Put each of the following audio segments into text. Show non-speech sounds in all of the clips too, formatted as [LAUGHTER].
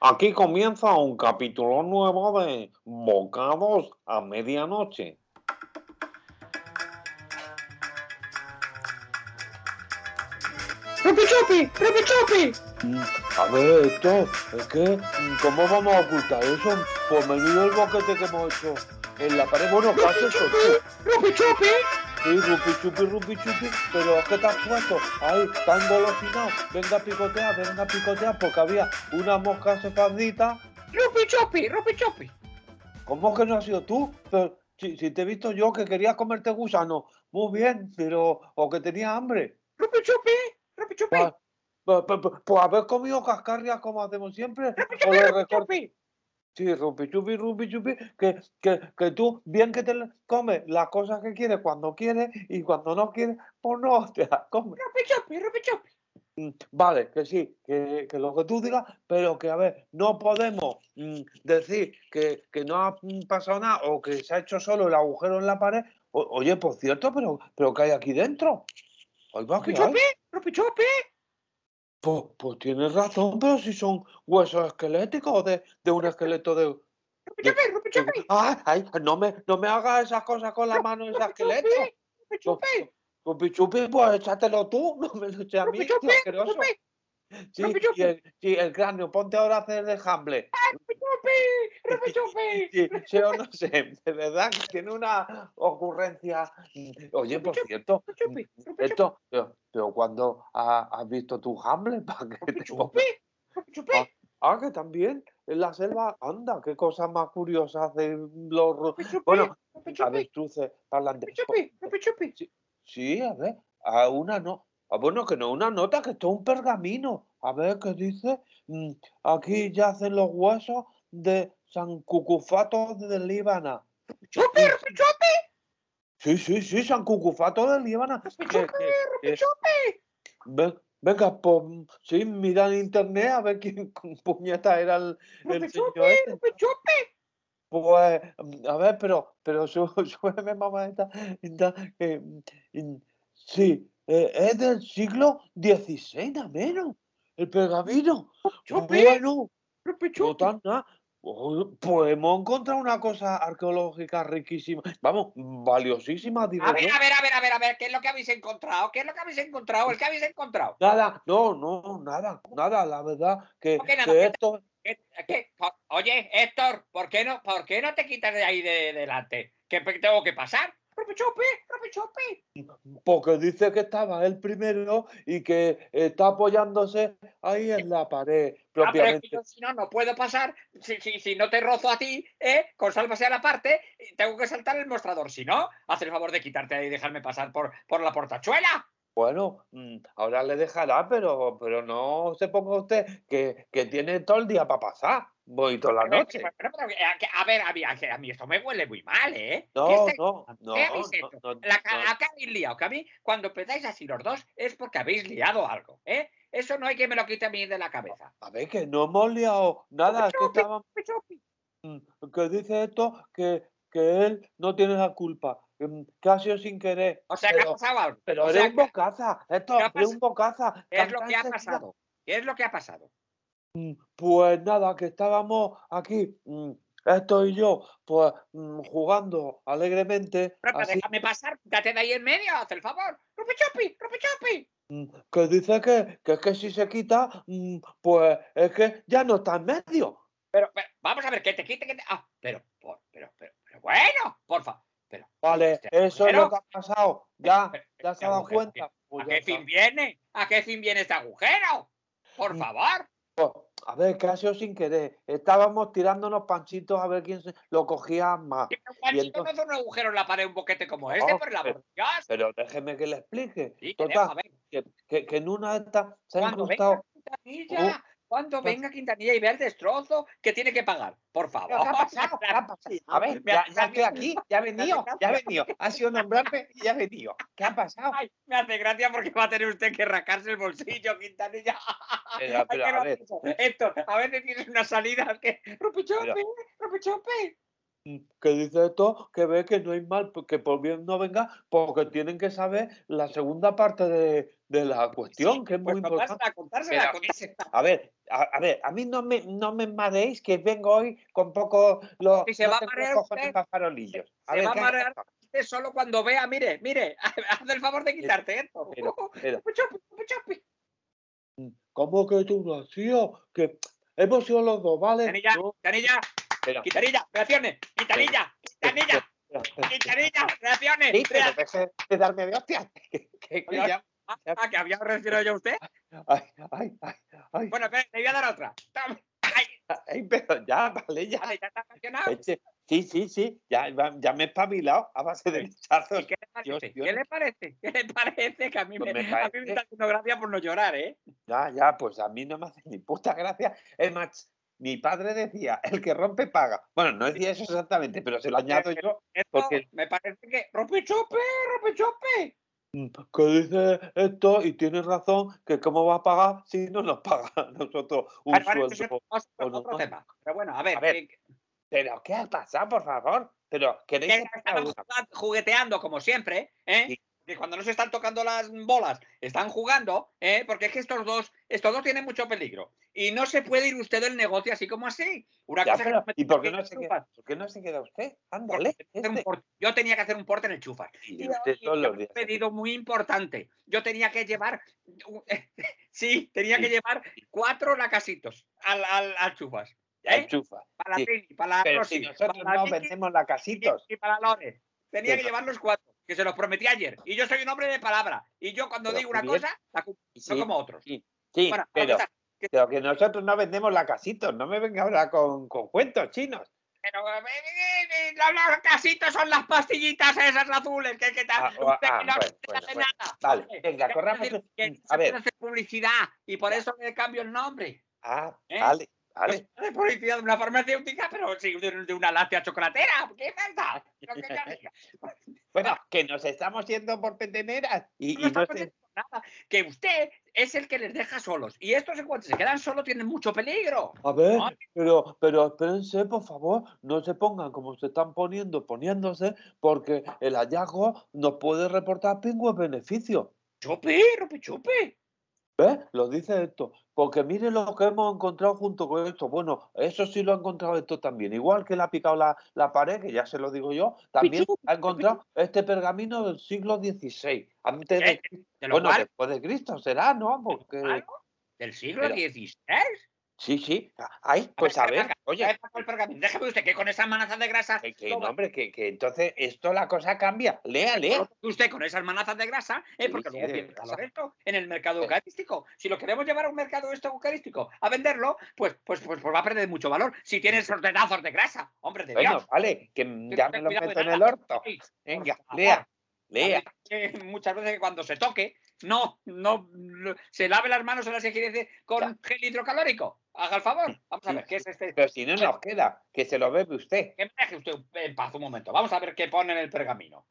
Aquí comienza un capítulo nuevo de Bocados a Medianoche. ¡Rupi Chupi! ¡Rupi Chupi! Mm, A ver, esto es que, mm, ¿cómo vamos a ocultar eso? Pues Por medio del boquete que hemos hecho en la pared. Bueno, ¡Rupi pasa eso. Chupi! ¡Rupi Chupi! Sí, rupi chupi, rupi chupi, pero ¿qué te has puesto? Ahí, tan golosinado. Venga a picotear, venga a picotear, porque había una mosca cefaldita. ¡Rupi Chupi! ¡Rupi Chupi! ¿Cómo que no has sido tú? Pero, si, si te he visto yo que querías comerte gusano. Muy bien, pero, o que tenía hambre. ¡Rupi Chupi! ¡Rupi Chupi! Pues, pues, pues, pues, pues haber comido cascarrias como hacemos siempre. O los ¡Rupi recortes. Chupi! Sí, rupi chupi, rupi chupi, que, que, que tú bien que te la- comes las cosas que quieres cuando quieres y cuando no quieres, pues no te las comes. ¡Rupi Chupi! ¡Rupi Chupi! Mm, Vale, que sí, que, que lo que tú digas, pero que a ver, no podemos mm, decir que, que no ha mm, pasado nada o que se ha hecho solo el agujero en la pared. O- oye, por cierto, pero, pero ¿qué hay aquí dentro? Ay, va, ¡Rupi ¿qué hay? Chupi! ¡Rupi Chupi! Pues, pues tienes razón, pero si son huesos esqueléticos de, de un esqueleto de... ¡Rupi Chupi! ¡Rupi Chupi! ¡Ay, ay! No me, no me hagas esas cosas con la mano, ese esqueleto. ¡Rupi Chupi! Chupi, chupi, pues échatelo tú, [LAUGHS] no me lo eches a mí, ¡Rupi tío, Chupi! asqueroso. ¡Rupi Sí, chupi, y chupi. el, sí, el cráneo, ponte ahora a hacer de Hamlet. Chupi! ¡Rupi Chupi! Sí, sí o no sé, de verdad, que tiene una ocurrencia... Oye, por chupi, cierto, ¡Rupi Chupi! ¡Rupi Chupi! esto, pero, pero cuando ha- has visto tu Hamlet, [LAUGHS] ¿para qué te ¡Rupi Chupi! Ah, que también en la selva anda, qué cosa más curiosa hacen los ru- ¡Rupi Chupi! bueno, ¡Rupi Chupi! avestruces parlantes. ¡Rupi Chupi! ¡Rupi Chupi! Sí, a ver, a una no. Ah, bueno, que no una nota, que esto es un pergamino. A ver qué dice. Mm, Aquí yacen los huesos de San Cucufato de Líbana. Mm. ¡Rupi Chupi! ¡Rupi Chupi! Sí, sí, sí, San Cucufato de Líbana. Que- ¡Rupi Chupi! que- ¡Rupi que- Chupi! ven- venga, pues sí, mira en internet a ver quién [LAUGHS] puñeta era el, ¡Rupi el Chupi! señor este. ¡Rupi Chupi! Pues, mm, a ver, pero, pero [LAUGHS] su- súbeme, mamá, esta, esta, eh, mm, sí, eh, es del siglo XVI, nada menos, el pergamino. Chupi. Bueno, ¡Rupi no Chupi! tan nada. Oh, Pues hemos encontrado una cosa arqueológica riquísima, vamos, valiosísima, digo A ver, yo. a ver, a ver, a ver, a ver, ¿qué es lo que habéis encontrado? ¿Qué es lo que habéis encontrado? ¿El que habéis encontrado? Nada, no, no, nada, nada, la verdad que, ¿Cómo que nada? que ¿Qué te- esto, ¿Qué- qué? Po- Oye, Héctor, ¿por qué no, por qué no te quitas de ahí de, delante? ¿Qué pe- tengo que pasar? ¡Rupi Chupi! ¡Rupi Chupi! porque dice que estaba el primero y que está apoyándose ahí en la pared, Ah, pero es que propiamente. yo, si no, no puedo pasar. Si, si, si no te rozo a ti, ¿eh? con sálvase a la parte, eh, tengo que saltar el mostrador. Si no, haz el favor de quitarte ahí y dejarme pasar por, por la portachuela. Bueno, mm, ahora le dejará, pero, pero no se ponga usted que, que tiene todo el día para pasar, voy toda la Pero, noche. pero, pero, pero, a, que- a ver, a mí, a que- a mí esto me huele muy mal, ¿eh? ¿Qué No, estáis- no, no, ¿Qué habéis no, hecho? no, La, ca- no. acá habéis liado, que a mí cuando empezáis así los dos es porque habéis liado algo, ¿eh? Eso no hay que me lo quite a mí de la cabeza. A ver, que no hemos liado nada, es que, Chupi. estaban- que dice esto que, que él no tiene la culpa, mm, que ha sido sin querer. O sea, que ha pero pasado algo. pero o eres sea, un bocaza, esto ¿qué ha eres pas- un bocaza. ¿Qué es lo canta que ha enseguida. pasado? ¿Qué es lo que ha pasado? Pues nada, que estábamos aquí, mm, esto y yo, pues mm, jugando alegremente. Pero, pero así. déjame pasar, date de ahí en medio, haz el favor. ¡Rupi chupi! ¡Rupi chupi! que dice que, que es que si se quita, mm, pues es que ya no está en medio. Pero, pero, vamos a ver, que te quite, que te. Ah, pero, por- pero, pero, pero, bueno, porfa. Pero, Vale, Hostia, pues eso es pero- lo que ha pasado. Ya, pero, ya se este ha dado agujero, cuenta. Pues ¿A ya qué está. fin viene? ¿A qué fin viene este agujero? Por Mm. favor. Pues, a ver, que ha sido sin querer. Estábamos tirándonos panchitos a ver quién se- lo cogía más. Que un panchito entonces- no hace un agujero en la pared un boquete como este, No, por el amor de Dios. Pero déjeme que le explique. Sí, que dejo, a Total, ver, que, que- que en una de estas se ha cuando incrustado. venga Quintanilla, Uh, cuando pues venga Quintanilla y vea el destrozo que tiene que pagar, por favor. ¿Qué ha pasado? ¿Qué ha pasado? A ver, Me ya, hace ya estoy gracia- aquí, ya he venido, ya he venido. Ha sido nombrarme y ya he venido. ¿Qué ha pasado? [LAUGHS] Ay, me hace gracia porque va a tener usted que rascarse el bolsillo, Quintanilla. [LAUGHS] Pero, Ay, pero, qué a ver, eh. gracioso. Héctor, a veces tienes unas salidas que. ¡Rupichope! ¡Rupichope! que dice esto, que ve que no hay mal, pues, que por bien no venga, porque tienen que saber la segunda parte de, de la cuestión, Sí, que es pues muy contársela, importante. contársela, Pero- contársela. A ver, a, a ver, a mí no me, no me mareéis que vengo hoy con poco los Y se no va a tengo marear cojones usted. pa' farolillos. A Se ver, va a ¿qué- marear. Este solo cuando vea, mire, mire, [LAUGHS] haz el favor de quitarte esto. Pero, [LAUGHS] pero, Mucho, mucho, ¿Cómo que tú no has sido? Que hemos sido los dos, ¿vale? Tenilla, No, Quitanilla, espera, quitanilla, reacciones, quitanilla, quitanilla, espera. quitanilla, Sí, reacciones. pero rea- deje de darme de hostia. [LAUGHS] Que- que- que ya- Ah, ah, que había respirado yo a usted. Ay, ay, ay, ay, Bueno, espera, le voy a dar otra. [LAUGHS] Toma, ay, pero ya, vale, ya. vale, ya está reaccionado. Eche- Este, Sí, sí, sí, ya, ya me he espabilado a base de ¿Y hinchazos. ¿Qué le Dios, parece? Dios. ¿Qué le parece? [LAUGHS] ¿Qué le parece que a mí me, Pues me a mí me parece. está haciendo gracia por no llorar, eh? Ya, ya, pues a mí no me hace ni puta gracia. Es más, mi padre decía, el que rompe paga. Bueno, no decía eso exactamente, pero se lo añado yo. Esto Porque- me parece que rompe chope, rompe chope. Que dice esto y tiene razón, que cómo va a pagar si no nos paga a nosotros un Vale, vale, eso es sueldo. otro, o no. otro tema. Pero bueno, a ver, A ver, que- Pero, ¿qué ha pasado, por favor? Pero, ¿queréis que sacar estaban alguna jugando- jugueteando como siempre, ¿eh? Sí. Que cuando no se están tocando las bolas, están jugando, ¿eh? Porque es que estos dos, estos dos tienen mucho peligro. Y no se puede ir usted del negocio así como así. Una Ya, cosa que pero, nos ¿y metemos por qué en no el se chufas. queda, por qué no se queda usted? Porque Ándale. hacer un este. porte- Yo tenía que hacer un porte en el chufas. Y Y usted hoy todos tengo los días. un pedido muy importante. Yo tenía que llevar, [LAUGHS] sí, tenía que Sí. llevar cuatro lacasitos al, al, al chufas. Ya ¿eh? enchufa. Para la Sí. Trini, para la Pero Rosy, si nosotros para la no Vicky, vendemos lacasitos. y para Lore. Tenía que Pero- llevar los cuatro, que se los prometí ayer. Y yo soy un hombre de palabra. Y yo cuando Pero digo una Julián, cosa, la cumplo, Sí, no como otros. sí, Bueno, la pero, cosa- pero que nosotros no vendemos lacasitos. No me venga ahora con, con cuentos chinos. pero, eh, eh, eh, los lacasitos son las pastillitas esas azules, que, que tal. Ah, o- Usted ah, bueno, no sabe bueno, bueno. nada. Vale, Hombre, venga, que corramos quiero decir el- mm, que a se ver. puede hacer publicidad y por eso le cambio el nombre. Ah, ¿Eh? vale, Pues, vale. de publicidad de una farmacéutica, pero sí de, de una láctea chocolatera. ¿Qué falta? Lo que yo diga. Bueno, que nos estamos yendo por peteneras y, no y no estamos sé. haciendo nada. Que usted es el que les deja solos. Y estos, en cuanto se quedan solos, tienen mucho peligro. A ver, Ay. pero, pero espérense, por favor, no se pongan como se están poniendo, poniéndose, porque el hallazgo nos puede reportar pingües beneficios. Chupe, rompe chupe. ¿Ves? Lo dice esto. Porque mire lo que hemos encontrado junto con esto. Bueno, eso sí lo ha encontrado esto también. Igual que le ha picado la, la pared, que ya se lo digo yo, también Pichu, ha encontrado este pergamino del siglo XVI. Antes de, Eh, Eh, De lo bueno, cual, pues, después de Cristo será, ¿no? Porque claro, del siglo Pero- XVI. sí, sí. Ay, pues a Venga, ver, ya he oye, sacado el pergamino. Déjeme usted que con esa manaza de grasa. que, que no no, va- hombre, que, que entonces esto la cosa cambia. Lea, lea. Usted con esas manazas de grasa, ¿Eh? ¿eh? Sí, porque sí, luego de viene el grasa. calor esto en el mercado Sí. eucarístico. Si lo queremos llevar a un mercado esto eucarístico a venderlo, pues, pues, pues, pues va a perder mucho valor. Si tiene esos dedazos de grasa, hombre de Bueno, Dios. vale, que mm, ya me ten lo cuidado de meto en el nada. orto. Ay, por Venga, favor. lea, A lea. ver, que muchas veces que cuando se toque, no, no, lo- se lave las manos o las higiene con Ya. Mm. gel hidrocalórico. Haga el favor. Vamos a Sí, ver, ¿qué es este? Pero si no nos queda, que se lo bebe usted. Que me deje usted en paz un momento. Vamos a ver qué pone en el pergamino.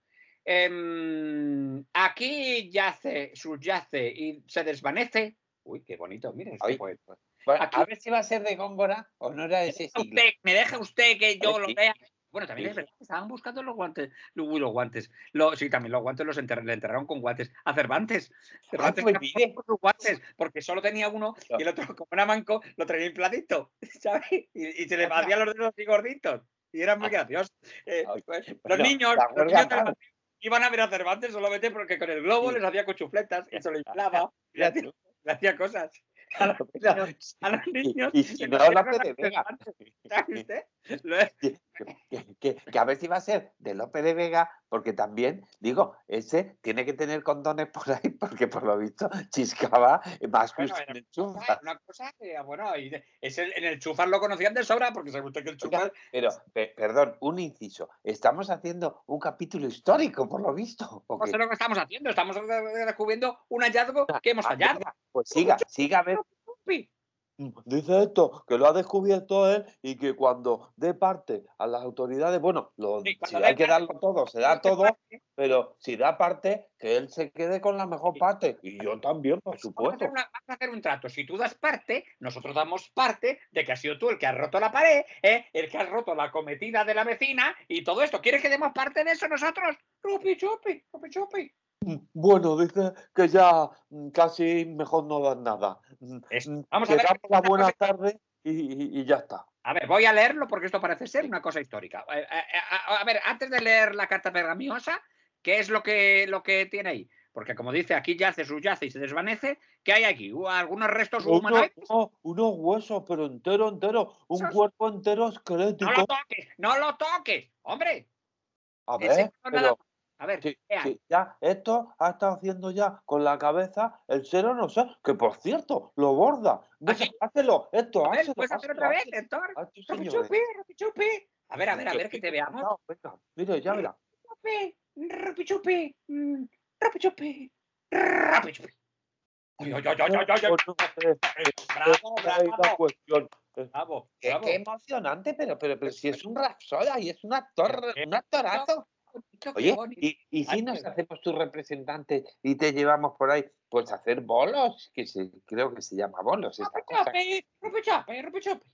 Em, aquí yace, subyace y se desvanece. Uy, qué bonito, mire. [LAUGHS] este Ay, poeta. Bueno, Aquí- a ver si va a ser de Góngora o no era de ese siglo. Usted, me deja usted que yo Vale, lo sí. vea. Bueno, también Sí, es sí. verdad que estaban buscando los guantes. lo- uy, los guantes. Lo- sí, también los guantes los enterraron, le enterraron con guantes. A Cervantes. Cervantes pues tampoco mire. con sus guantes, porque solo tenía uno y el otro, como era manco, lo traía infladito, [LAUGHS] ¿sabes? Y, y se le hacían los dedos así gorditos. Y era muy gracioso. Eh, Ay, pues, los bueno, niños, la los huelga niños del acaba. barrio iban a ver a Cervantes solamente porque con el globo Sí. les hacía cuchufletas y se [LAUGHS] lo inflaba. y le Ya hacía- tú. le hacía cosas. A los niños a los niños. y si se no, pues los la dieron a que te pega. [LAUGHS] ¿Sabe usted? Lo es. que, que- que a ver si va a ser de López de Vega, porque también, digo, ese tiene que tener condones por ahí, [LAUGHS] porque por lo visto chiscaba más que Bueno, usted era- en chufas. Una cosa que, bueno, y de- es el- en el chufar lo conocían de sobra porque se gusta que el Oiga, chufar. Pero, pe- perdón, un inciso. Estamos haciendo un capítulo histórico, por lo visto. ¿o Pues No qué? sé lo que estamos haciendo, estamos re- re- descubriendo un hallazgo que hemos Ah, hallado. Pues siga, siga a ver. Upi. dice esto, que lo ha descubierto él y que cuando dé parte a las autoridades, bueno, lo- Sí, si cuando dé hay que parte, darlo todo, se da Este todo, parque, pero si da parte, que él se quede con la mejor Sí. parte. Y yo también, por Vamos a, supuesto. hacer una- vamos a hacer un trato. Si tú das parte, nosotros damos parte de que has sido tú el que has roto la pared, ¿eh? el que has roto la cometida de la vecina y todo esto. ¿Quieres que demos parte de eso nosotros? Chupi, chupi, chupi, chupi. Bueno, dice que ya mm, casi mejor no dar nada. Mm, Es- mm, vamos a que ver, damos la una buena tarde y, y- y ya está. A ver, voy a leerlo porque esto parece ser una cosa histórica. Eh, eh, A, a- a ver, antes de leer la carta pergaminosa, ¿qué es lo que, lo que tiene ahí? Porque como dice, aquí yace, subyace y se desvanece. ¿Qué hay aquí? ¿Hubo ¿Algunos restos Uno- humanoides? uno- unos huesos, pero entero, entero, un Huesos. cuerpo entero No lo esquelético. toques, no lo toques, hombre. A Ese ver, no, nada pero A ver, Sí, vean. sí, ya, esto ha estado haciendo ya con la cabeza el cero, no sé, que por cierto, lo borda. Deja- sí? Hácelo, esto, A ver, hácelo. ¿puedes hacer hácelo, otra vez, hácelo, Héctor? hácelo, Chupi, señores. chupi, chupi, chupi. A ver, a ver, a ver, que te veamos. Cuidado, venga, mire, ya verá. Chupi, rupi, chupi, mm, rupi, chupi, rupi, chupi. Uy, uy, uy, uy, uy, uy, uy. Pues no, eh, Bravo, esta es la bravo, cuestión. bravo, Qué, bravo. qué emocionante, pero, pero, pero si es un rapsoda y es un actor, Qué un actorazo. bonito, qué Oye, bonito. y, y si Ay, nos qué- hacemos tu representante y te llevamos por ahí, pues a hacer bolos, que se, creo que se llama bolos esta Rupi, cosa. chupi, rupi, chupi, rupi, chupi.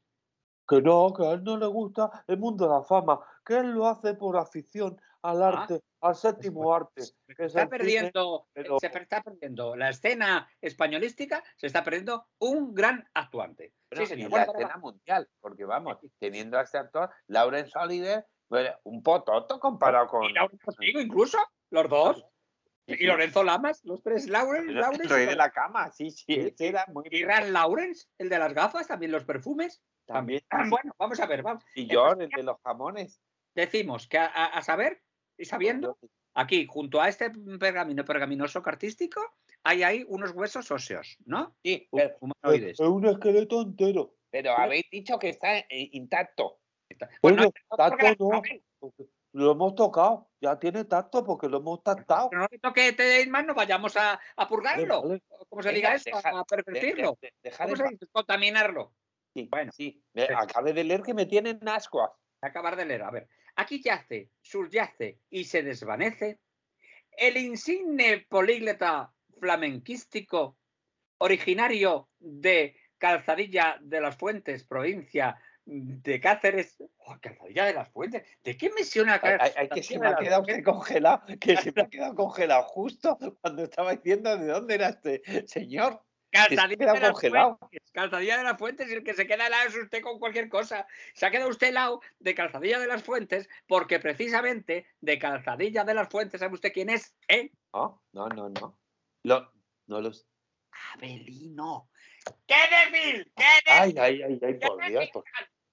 Que no, que a él no le gusta el mundo de la fama, que él lo hace por afición al Ah. arte, al séptimo arte. que es Está el cine. perdiendo, pero- se per- está perdiendo la escena españolística, se está perdiendo un gran actuante. Bueno, Sí, y señor. la Bueno, bueno, escena mundial, porque vamos, teniendo a este actor, Lauren Oliver, bueno, un pototo comparado con. Y Lauren Contigo incluso, los dos. Y Lorenzo Lamas, los tres. Lauren, El Lauren rey de la cama, sí, sí, Sí, ese era muy y Ralph Lawrence, el de las gafas, también los perfumes. también. [CLEARS THROAT] Bueno, vamos a ver, vamos. Y John, el de los jamones. Decimos que a, a- a saber y sabiendo, aquí, junto a este pergamino pergaminoso cartístico, hay ahí unos huesos óseos, ¿no? Sí, Hum- pero, es Humanoides. un esqueleto entero. Pero Pero- habéis dicho que está eh, intacto. Bueno, Bueno, no, tacto porque- no, porque lo hemos tocado, ya tiene tacto porque lo hemos tactado. Que no le toque te- más, no vayamos a, a purgarlo. Vale, Como se Venga, diga esto, deja- a pervertirlo. de- de- dejar ¿Cómo en se dice? Contaminarlo. Sí, Bueno. Sí, me- acabé de leer que me tienen ascuas. acabar de leer. A ver, aquí yace, subyace y se desvanece el insigne políglota flamenquístico originario de Calzadilla de las Fuentes, provincia de Cáceres. Oh, Calzadilla de las Fuentes. ¿De qué me suena Hay, hay- Calzadilla hay que se de me ha las quedado Fuentes? usted congelado, que se [LAUGHS] me ha quedado congelado justo cuando estaba diciendo de dónde era este señor. Que se ha Calzadilla quedado de las congelado. Fuentes. Calzadilla de las Fuentes y el que se queda helado es usted con cualquier cosa. Se ha quedado usted helado de Calzadilla de las Fuentes porque precisamente de Calzadilla de las Fuentes, ¿sabe usted quién es? ¿Eh? No, no, no, no. Lo- no los. Abelino. ¡Qué débil! ¡Qué Ay, débil! ay, ay, ay, por Dios. por-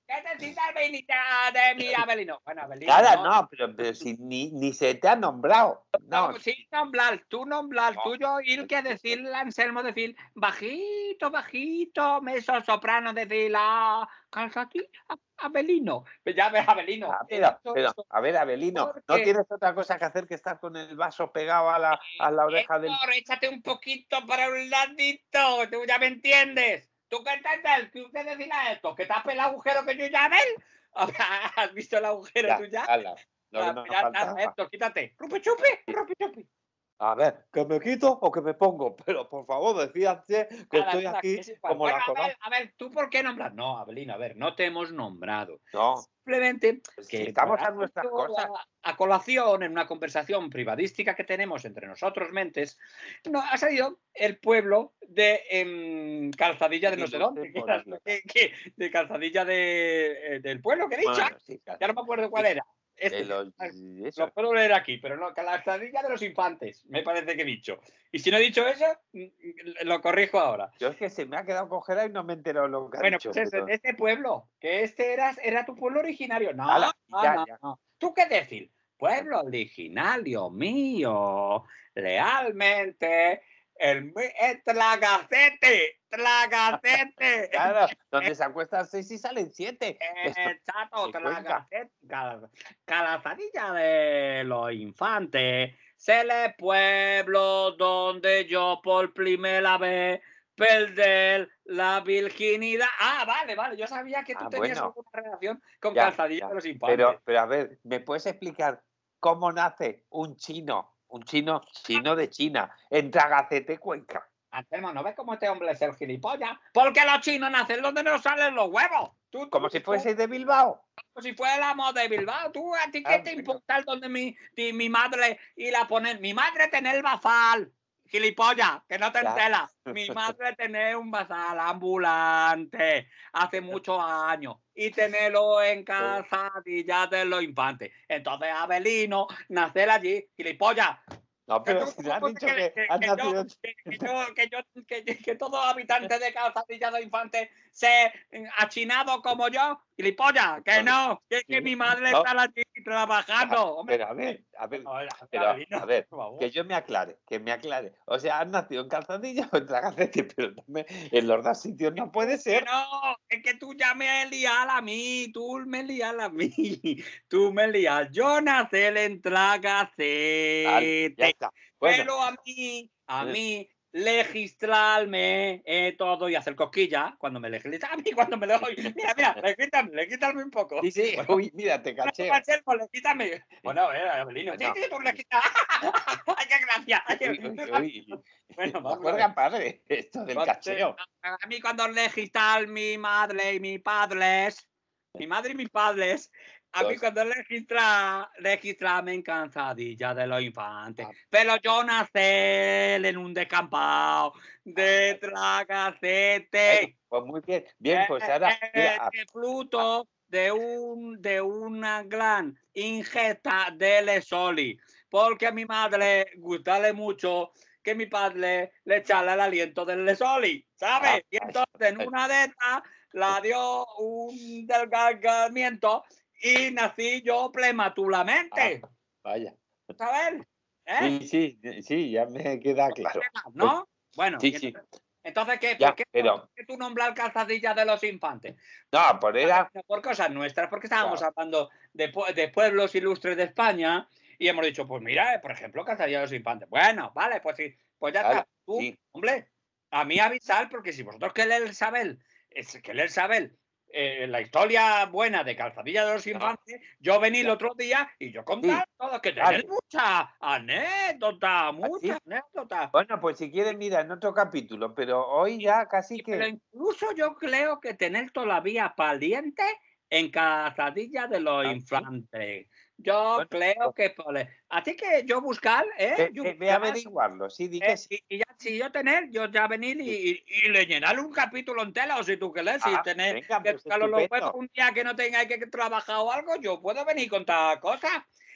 ¿Qué necesitas, Benita, de mi Abelino? Bueno, Abelino. Nada, no, pero, pero si ni, ni se te ha nombrado. No, Vamos, sin nombrar, tú nombrar, No. tuyo, y el que decir, Anselmo, decir, bajito, bajito, meso soprano, decir, la calzati, Abelino. Pues Ya ves, Abelino. Ah, mira, pero, a ver, Abelino, ¿no Porque- Eh, tienes otra cosa que hacer que estar con el vaso pegado a la, a la oreja [LAUGHS] del Héctor, échate un poquito para un ladito, tú ya me entiendes. ¿Tú qué entiendes? ¿Tú qué decís a esto? ¿Que tape el agujero que yo ya ven? [LAUGHS] ¿Has visto el agujero Ya, tú ya? ala, lo que Ah, nos pues ya está, faltaba. Héctor, quítate. Rupi chupi, rupi chupi. A ver, que me quito o que me pongo, [LAUGHS] pero por favor, decíanse que A la estoy vida, aquí que es igual. como Bueno, la a cola. ver, a ver, ¿tú por qué nombras? No, Abelino, a ver, no te hemos nombrado. No, Simplemente pues que si estamos a traerlo nuestras cosas. [LAUGHS] A, a colación, en una conversación privadística que tenemos entre nosotros mentes, no, ha salido el pueblo de em, Calzadilla de no sé Ilustre dónde, que era- pueblo. que- que- de Calzadilla de, eh, del pueblo que he dicho. Bueno, sí, claro, ya no me acuerdo cuál era. de Este, [LAUGHS] los- eso. lo puedo leer aquí, pero no, Calzadilla de los Infantes, me parece que he dicho. Y si no he dicho eso, mm, mm, lo corrijo ahora. Yo es que se me ha quedado congelado y no me he enterado lo que ha Bueno, dicho. pues es pero- de este pueblo, que este era, era tu pueblo originario. No, Ala, no, Ah, ya, no, ya. no. ¿Tú qué decir? Pueblo originario mío, realmente, el, mi- el Tlagacete, [LAUGHS] Tlagacete, [LAUGHS] Claro, donde se acuestan seis y salen siete. el Eh, chato se cuelga. Tlagacete, cal- calzadilla de los infantes, se le pueblo donde yo por primera vez perder la virginidad. Ah, vale, vale. Yo sabía que tú Ah, tenías bueno. alguna relación con Ya, calzadilla ya. de los infantes. Pero, pero a ver, ¿me puedes explicar cómo nace un chino? Un chino, chino de China, en Tragacete, Cuenca. Anselmo, ¿no ves cómo este hombre es el gilipollas? Porque los chinos nacen donde no salen los huevos. Tú- tú- Como si tú- fuese de Bilbao. como Pues si fuéramos de Bilbao. Tú, ¿a ti qué Ah, te bueno. importa el donde mi, ti- mi madre y la poner? Mi madre tener el bazar, gilipollas, que no te Ya. enteras. Mi madre tener un bazar ambulante hace muchos años y tenerlo en casa y ya de los infantes. Entonces, Abelino, nacer allí, gilipollas. No, pero tú- si le han ¿cómo dicho te que, crees que- han que nacido yo- en- que, que yo- que yo- que- que- que todo habitante de Calzadilla de Infantes se eh, achinado como yo, gilipollas, que no, que, que mi madre No. Ah, eh, está allí trabajando. Ah, Hombre, Ah, Pero a ver, a ver, Oiga, pero, Gabino, eh, a ver, por favor. que yo me aclare, que me aclare. O sea, han nacido en Calzadilla o en Tragacete, [LAUGHS] pero no me- en los dos sitios no puede Que ser. no, es que tú ya me lias a mí, tú me lias a mí, [LAUGHS] tú me lias. Yo nací en Vale, ya Tragacete. está. Bueno, Pero a mí, a Eh. mí, legistrarme eh, todo y hacer cosquillas cuando me legisla. [LAUGHS] A mí cuando me lo doy. Mira, [LAUGHS] mira, legislame, legislame un poco. sí, sí, Bueno, uy, mira, te caché. Anselmo, legislame. Bueno, eh, Abelino. Sí, No. sí, tú legisla. [LAUGHS] Ay, qué gracia. Ay, Uy, uy, uy. No Bueno, vamos. a ver. juegan padre, [LAUGHS] esto del Cuando- cacheo. A mí cuando legislar mi madre y mis padres, mi madre y mis padres, a mí Dos. cuando legisla, legisla me cansadilla de los infantes. Ah. Pero yo nací en un descampado de Bueno, tragacete. pues muy bien, bien, pues ahora, Eh, mira, a- que fruto de un de una gran ingesta de lesoli, porque a mi madre gustale mucho que mi padre le echara el aliento del lesoli, ¿sabes? Ah, Y entonces en una de estas la dio un delgamiento y nací yo prematuramente, ah, vaya. ¿sabes? ¿Eh? Sí, sí, sí, ya me [LAUGHS] queda claro. ¿No? Bueno, Sí, y sí. entonces, ¿qué, Ya, ¿por qué pero- por qué tú nombrar calzadilla de los infantes? No, por era, No, por cosas nuestras, porque estábamos Claro. hablando de, pue- de pueblos ilustres de España y hemos dicho, pues mira, eh, por ejemplo, Cazadilla de los Infantes. Bueno, vale, pues sí, pues ya Vale, está. Tú, sí. hombre, a mí avisar, porque si vosotros queréis saber, es, queréis saber eh, la historia buena de Calzadilla de los Infantes, yo vení el Ya. Mm. otro día y yo contar todo, que Vale. tenéis Ah, mucha anécdota, mucha anécdota. bueno, pues si quieres, mira, en otro capítulo, pero hoy ya casi Pero que. incluso yo creo que tener todavía paliente en Cazadilla de los Ah, sí. Infantes. Yo Bueno, creo que... pole- Así que yo buscar, ¿eh? Ve, Yo ve- ve a buscar, averiguarlo, sí, di eh, que sí. y, y ya, si yo tener, yo ya venir y, y- y le llenar un capítulo entero, o si tú querés, si Ah, tener venga, que pues buscarlo los estupendo. huevos un día que no tengáis que trabajar o algo, yo puedo venir y contar cosas.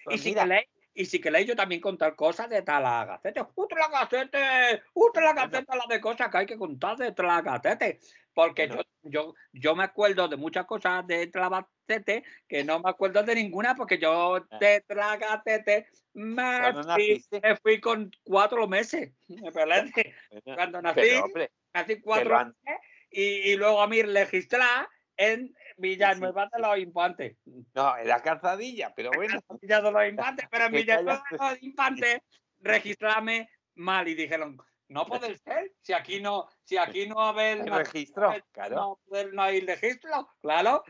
Pues y, si mira, queréis, y si queréis, yo también contar cosas de Talagacete. ¡Uh, Talagacete! ¡Uh, Talagacete! La de cosas que hay que contar de Talagacete. Porque Bueno. yo, yo, yo me acuerdo de muchas cosas de Talagacete que no me acuerdo de ninguna porque yo de Talagacete me, Ah. Cuando fui- naciste. me fui con cuatro meses. Me [LAUGHS] perdí. [LAUGHS] bueno, Cuando nací, eh, pero hombre, nací lo cuatro han- meses y, y luego a mí registrá en Villanueva de los Infantes. no, en la calzadilla, pero bueno, [LAUGHS] Villa de los Infantes, pero [LAUGHS] en Que Villa de los cállate. Infantes registrarme mal y dijeron, no puede ser, si aquí no, si aquí no haber el no, registro, claro. no, haber- no hay registro, claro.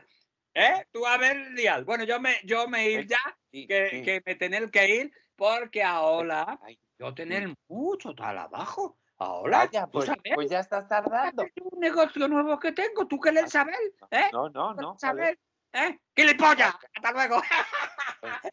¿Eh? Tú a ver, Dial. Bueno, yo me, yo me ir Sí, ya, sí, que, sí. que me tener que ir, porque ahora Ay, yo tener mucho tal abajo. Ahora, vaya, tú pues, sabes, pues ya estás tardando. es un negocio nuevo que tengo, tú Ah. querés saber, [LAUGHS] ¿eh? No, no, no. vale. ¿Sabes? ¿Eh? ¡Gilipollas! ¡Hasta luego! [LAUGHS]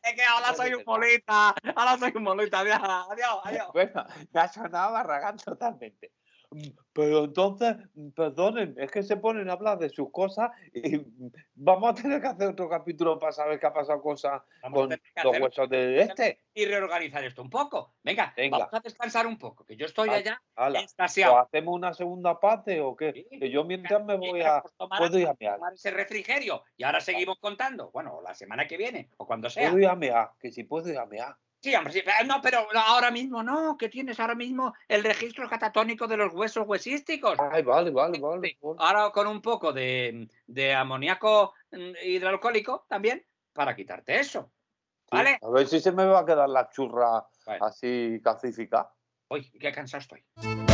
es que ahora Bueno, soy de un verdad. molita. Ahora soy un molita. Adiós, adiós. [LAUGHS] adiós. Bueno, me ha sonado Barragán totalmente. Mm, Pero entonces, mm, perdonen, es que se ponen a hablar de sus cosas y mm, vamos a tener que hacer otro capítulo para saber qué ha pasado cosa Vamos a con tener que los hacer- huesos del este. y reorganizar esto un poco. Venga, Venga. vamos a descansar un poco, que yo estoy Vale, allá Hala, extasiado. ¿o hacemos una segunda parte o qué? Sí. Que yo mientras me voy a... Pues tomar, Puedo ir a mear, tomar ese refrigerio y ahora seguimos contando. Bueno, la semana que viene o cuando sea. puedo ir a mear, que si puedo ir a mear. Sí, hombre, sí, pero- no, pero ahora mismo no, que tienes ahora mismo el registro catatónico de los huesos huesísticos. Ay, vale, vale, vale. vale. Ahora con un poco de, de amoníaco mm, hidroalcohólico también para quitarte eso. Sí, Ah, ¿Vale? A ver si se me va a quedar la churra Bueno. así calcificada. Uy, qué cansado estoy.